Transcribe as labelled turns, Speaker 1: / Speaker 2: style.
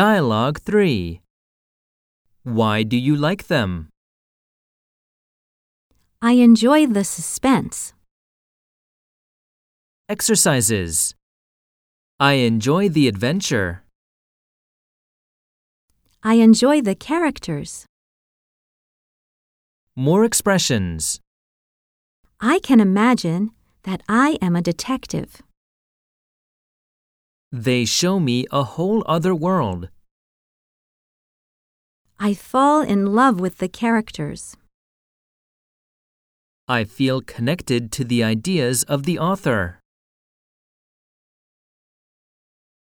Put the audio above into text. Speaker 1: Dialogue 3 Why do you like them?
Speaker 2: I enjoy the suspense.
Speaker 1: Exercises I enjoy the adventure.
Speaker 2: I enjoy the characters.
Speaker 1: More expressions.
Speaker 2: I can imagine that I am a detective.
Speaker 1: They show me a whole other world.
Speaker 2: I fall in love with the characters.
Speaker 1: I feel connected to the ideas of the author.